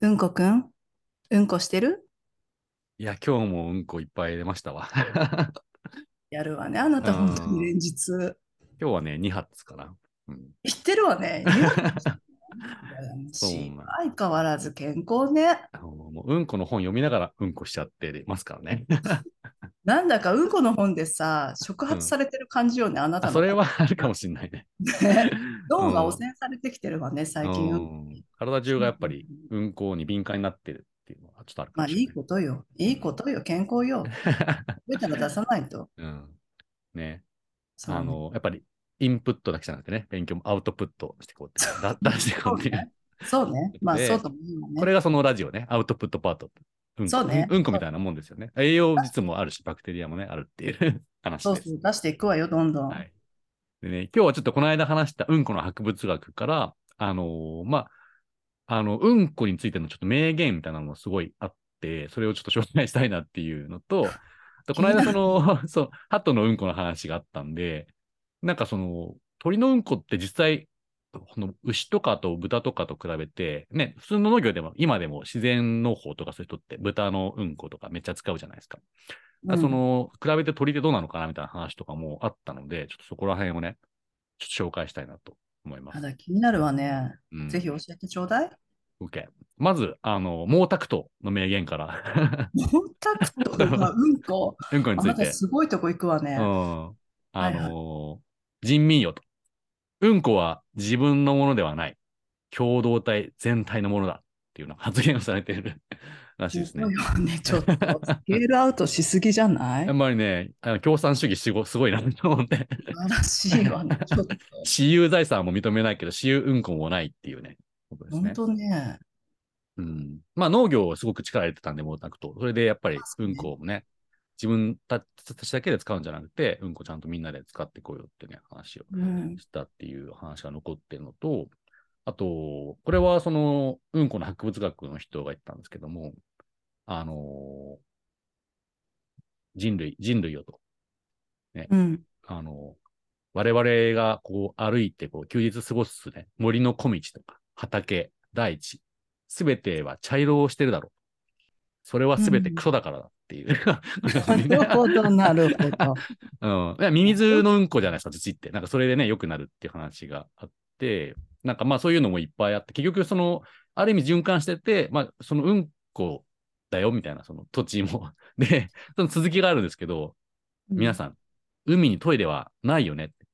うんこくん、うんこしてるいや、今日もうんこいっぱい出ましたわ。 やるわね。あなたうん本当に連日。今日はね、2発かな。 うん、言ってるわ ね。そうし相変わらず健康ね。あのもううんこの本読みながらうんこしちゃってますか らね。なんだかうんこの本でさ、触発されてる感じよね、あなたあの。それはあるかもしれないね。ね。 脳がうん汚染されてきてるわね、 最う近。ん、体中がやっぱりうんこに敏感になってるっていうのはちょっとあるかまあもしいれないい。ことよ。いいことよ。健康よ。出たら出さないと。 うん、ねそうあの、やっぱりインプットだけじゃなくてね、勉強もアウトプットしてこうって、だ出してこうってい そうそう。うね。まあでそうともいいわこね。れがそのラジオね、アウトプットパート。うんこそうねうんこみたいなもんですよね。栄養実もあるし、バクテリアもね、あるっていう 話そうです。そう、出していくわよ、どんどん。はい。でね、今日はちょっとこの間話したうんこの博物学から、あのーまあ、あの、うんこについてのちょっと名言みたいなのもすごいあって、それをちょっと紹介したいなっていうのと、あとこの間その、 そう、鳩のうんこの話があったんで、なんかその、鳥のうんこって実際、この牛とかと豚とかと比べて、ね、普通の農業でも、今でも自然農法とかそういう人って豚のうんことかめっちゃ使うじゃないですか。うんその、比べて鳥でどうなのかなみたいな話とかもあったので、ちょっとそこら辺をね、ちょっと紹介したいなと思いま。ますだ気になるわね。うんぜひ教えてちょうだい。 OK。まず、あの、毛沢東の名言から、 コンタクトがうんこ。うんこあにつないたて。すごいとこ行くわね。うん。あはいのー人民よと。うんこは自分のものではない。共同体全体のものだ。っていうの発言をされている らしいですねご。いわね。ちょっとスケールアウトしすぎじゃないあん素まりね、あの共産主義すごすごいなと思って。晴らしい わね。ちょっと。私有財産も認めないけど、私有うんこもないっていうね、ことです本ね。当ね。うん、まあ農業をすごく力入れてたんで、毛沢東。それでやっぱりそううねんこもね、自分たちだけで使うんじゃなくて、うんこちゃんとみんなで使ってこいよってね、話をうん。したっていう話が残ってるのと、あと、これはそのうんこの博物学の人が言ったんですけども、あのー人類、人類よと。うん。あの、我々がこう歩いてこう休日過ごすね、森の小道とか畑、大地、すべては茶色をしてるだろう。それはすべてクソだからだっていう。なるほど、なるほど。 うん。いやミミズのうんこじゃないですか、土って。なんかそれでね、良くなるっていう話があって、なんかまあそういうのもいっぱいあって、結局その、ある意味循環してて、まあそのうんこだよみたいな、その土地も。で、その続きがあるんですけど、皆さん、海にトイレはないよねって。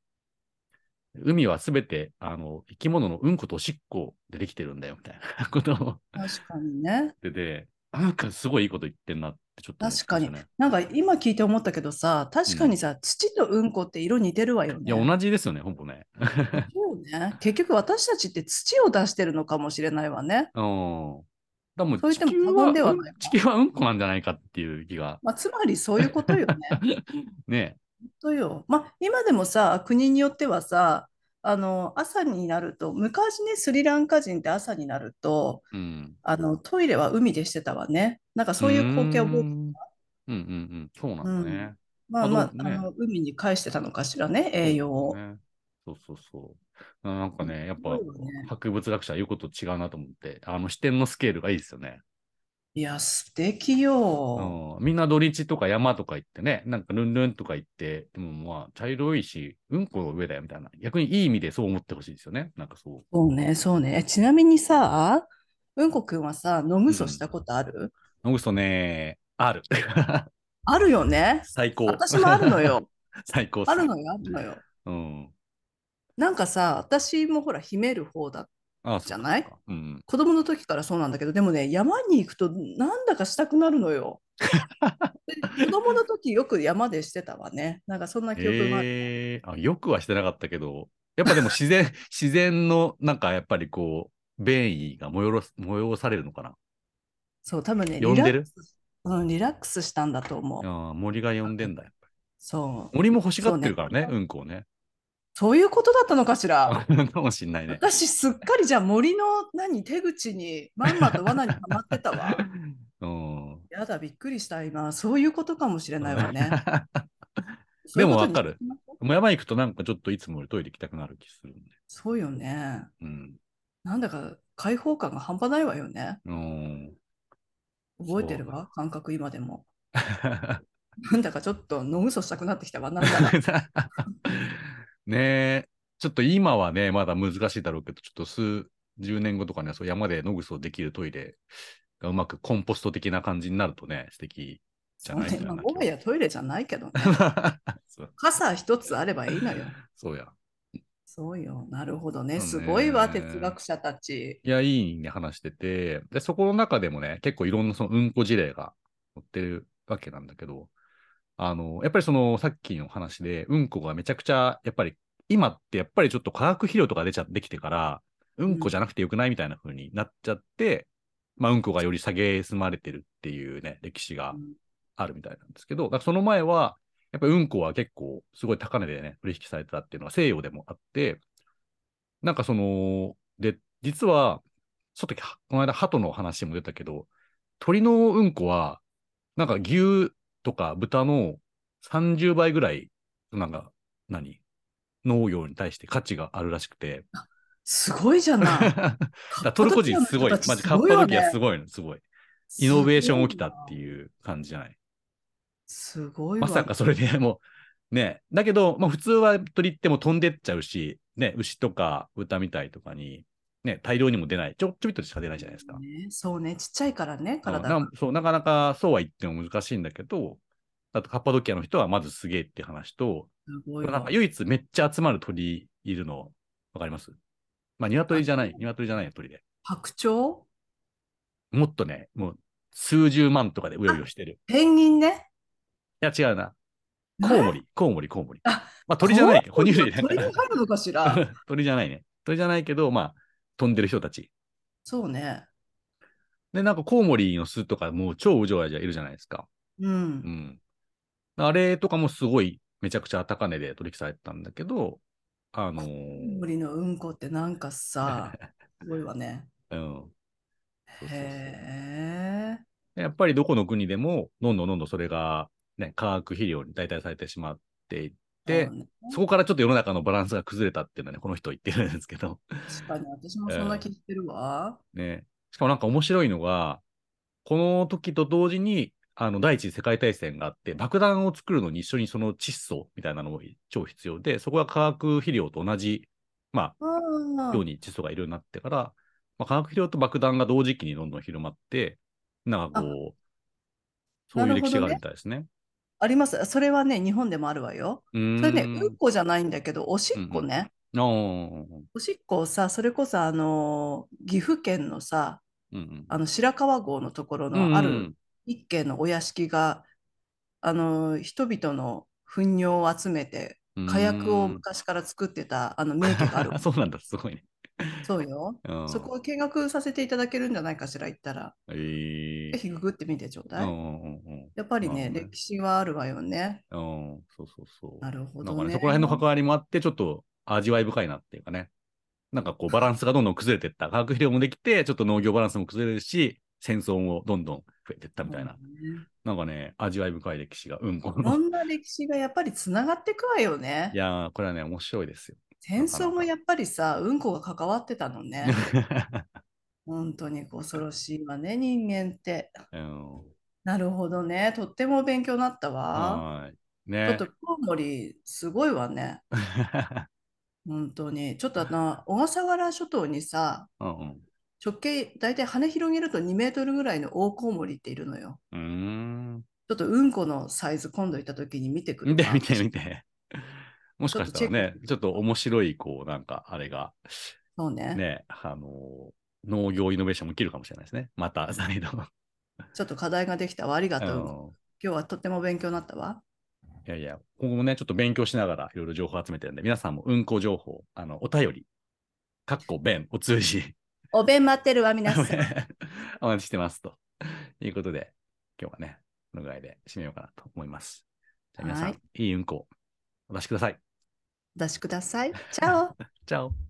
海はすべて、あの、生き物のうんことおしっこでできてるんだよ、みたいなことを言っん。確かにね。てて、なんかすごいいいこと言ってんなって、ちょっと思っ確たかんでにすよね。。なんか今聞いて思ったけどさ、確かにさ、土とうんこって色似てるわよね。いや、同じですよね、ほぼね。そうね。結局私たちって土を出してるのかもしれないわね。うん。だからもうそう言地っても球過は言ではないうん地球はうんこなんじゃないかっていう気が。まあ、つまりそういうことよね。ねそうよ。まあ、今でもさ、国によってはさ、あの朝になると、昔ね、スリランカ人って朝になると、うん。あのトイレは海でしてたわね。なんかそういう光景を覚えうて、んうんうんうん。そうなんだね。まあまあ、あのねあの海に返してたのかしらね、栄養を。ねそうそうそう。あなんかね、やっぱすごいよね博物学者は言うこと違うなと思って、あの視点のスケールがいいですよね。いや、素敵よ。うん、みんな土日とか山とか行ってね、なんかルンルンとか行って、でもまあ茶色いし、うんこの上だよみたいな、逆にいい意味でそう思ってほしいですよね。なんかそう。そうね、そうね。ちなみにさ、うんこくんはさ、飲むそしたことある、野口さんね、ある。あるよね。最高。私もあるの。 よ。最高っすあるのよ、あるのよ。うん。なんかさ、私もほら、秘める方だあじゃないそっかそっかうん。子供の時からそうなんだけどでもね山に行くとなんだかしたくなるのよ。で子供の時よく山でしてたわねなんかそんな記憶がある。えーあよくはしてなかったけど、やっぱでも 自然、自然のなんかやっぱりこう、便意が催す催されるのかな。そう多分ね呼んリラでッるクス、うん、リラックスしたんだと思う。あー森が呼んでんだ。やっぱそうり森も欲しがってるからね、そううんこをね。 そういうことだったのかしら。かもしんない ね。私すっかりじゃあ森の何手口にまんまと罠にはまってた わ。うん。やだびっくりした今そういうことかもしれないわね。 でもわかるそういうことに。もう山行くとなんかちょっといつもよりトイレ行きたくなる気するんで。そうよね。うん。なんだか開放感が半端ないわよね。うん。覚えてるわ、感覚今でも。なんだかちょっと脳嘘したくなってきたわ、なんだら。 ねえ、ちょっと今はね、まだ難しいだろうけど、ちょっと数十年後とかね、そう山で野ぐそできるトイレがうまくコンポスト的な感じになるとね、素敵 じゃないですそうねまかあ、。もはやトイレじゃないけどね。そう傘一つあればいいのよ。そうや。そうよ、なるほどね。そすうねごいわ、哲学者たち。いや、いいね、話してて。で、そこの中でもね、結構いろんなそのうんこ事例が載ってるわけなんだけど、あの、やっぱりそのさっきの話で、うんこがめちゃくちゃ、やっぱり今ってやっぱりちょっと化学肥料とか出ちゃってきてから、うんこじゃなくてよくないみたいな風になっちゃって、まあ、うんこがより蔑まれてるっていうね、歴史があるみたいなんですけど、だからその前は、やっぱりうんこは結構すごい高値でね、取引されてたっていうのは西洋でもあって、なんかその、で、実は、ちょっとはこの間、鳩の話も出たけど、鳥のうんこは、なんか牛とか豚の30倍ぐらい、なんか、何農業に対して価値があるらしくて。すごいじゃない。 だからトルコ人すごい。マジカッパドキアすごいの、すごい。イノベーション起きたってう。いう感じじゃないすごいわ。まさかそれでもう、ね、だけど、まあ、普通は鳥ってもう飛んでっちゃうし、ね、牛とか豚みたいとかに、ね、大量にも出ない、ちょちょびっとしか出ないじゃないですか。ね、そうね、ちっちゃいからね、そう体が。なそうなかなかそうは言っても難しいんだけど、あとカッパドキアの人はまずすげえって話と、すごいなんわか。唯一めっちゃ集まる鳥いるの、わかりますまあ、鶏じゃない、鶏じゃないよ鳥で。白鳥もっとね、もう数十万とかでうようよしてる。ペンギンね。いや、違うな。コウモリ、コウモリ、コウモリ。あまあ、鳥じゃないけど、哺鳥乳鳥類にだから入。るのかしら。 鳥じゃないね。鳥じゃないけど、まあ、飛んでる人たち。そうね。で、なんかコウモリの巣とかもう超うじょうじゃいるじゃないですか。う。うんん。あれとかもすごいめちゃくちゃ高値で取引されてたんだけど、あのー森のうんこってなんかさ、すごいわね。うん。そうそうそうへえ。でやっぱりどこの国でも、どんどんどんどんそれが、ね、化学肥料に代替されてしまっていって、そうねそこからちょっと世の中のバランスが崩れたっていうのはね、この人言ってるんですけど。確かに私もそんな気してるわ。ね。しかもなんか面白いのが、この時と同時に、あの、第一次世界大戦があって、爆弾を作るのに一緒にその窒素みたいなのも超必要で、そこが化学肥料と同じ、まああ、あように窒素がいるようになってから、まあ、化学肥料と爆弾が同時期にどんどん広まって、なんかこう、そういう歴史があるみたいですね。あります。それはね、日本でもあるわよ。うそーれんね、うんこじゃないんだけど、おしっこね。あーおしっこをさ、それこそあのー岐阜県のさ、うんあの白川郷のところうんうんのある一軒のお屋敷が、あのー人々の糞尿を集めて、火薬を昔から作ってたあの名家があるあ。 そうなんだ、すごいね。そうよ。うんそこを見学させていただけるんじゃないかしら、行ったら。えーぜひググってみてちょうだい。うんうんうんうんやっぱりなるね、ほどね歴史はあるわよね。うん、そうそうそう。なるほなどんかね、ね。そこら辺の関わりもあって、ちょっと味わい深いなっていうかね。なんかこう、バランスがどんどん崩れていった。化学肥料もできて、ちょっと農業バランスも崩れるし、戦争もどんどん増えていったみたいな。そうね。なんかね、味わい深い歴史が、うん、こいろの。んな歴史がやっぱりつながってくわよねい。やー、これはね、面白いですよ。戦争もやっぱりさ、うんこが関わってたのね。本当に恐ろしいわね、人間って。 うん、なるほどね。とっても勉強になったわ。はーい。ちょっね。とコウモリ、すごいわね。本当に。ちょっとあの、小笠原諸島にさ、 うんうん直径、大体羽広げると2メートルぐらいの大コウモリっているのよ。うーん。ちょっとうんこのサイズ、今度行った時に見てくる見てわ見て見て。もしかしたらね、ちょっと面白い、こう、なんか、あれがそうね。ね、あのー農業イノベーションも起きるかもしれないですね。また再度。ちょっと課題ができたわ。ありがうとう。ん今日はとっても勉強になったわ。いやいや、今後もね、ちょっと勉強しながらいろいろ情報集めてるんで、皆さんも運行情報、あの、お便り、かっこ弁を通じ、お弁待ってるわ、 お皆さん。待ちしてますと。いうことで、今日はね、このぐらいで締めようかなと思います。じゃあ皆さん、はいいい運行、お出しください。お出しください。チャオ。チャオ。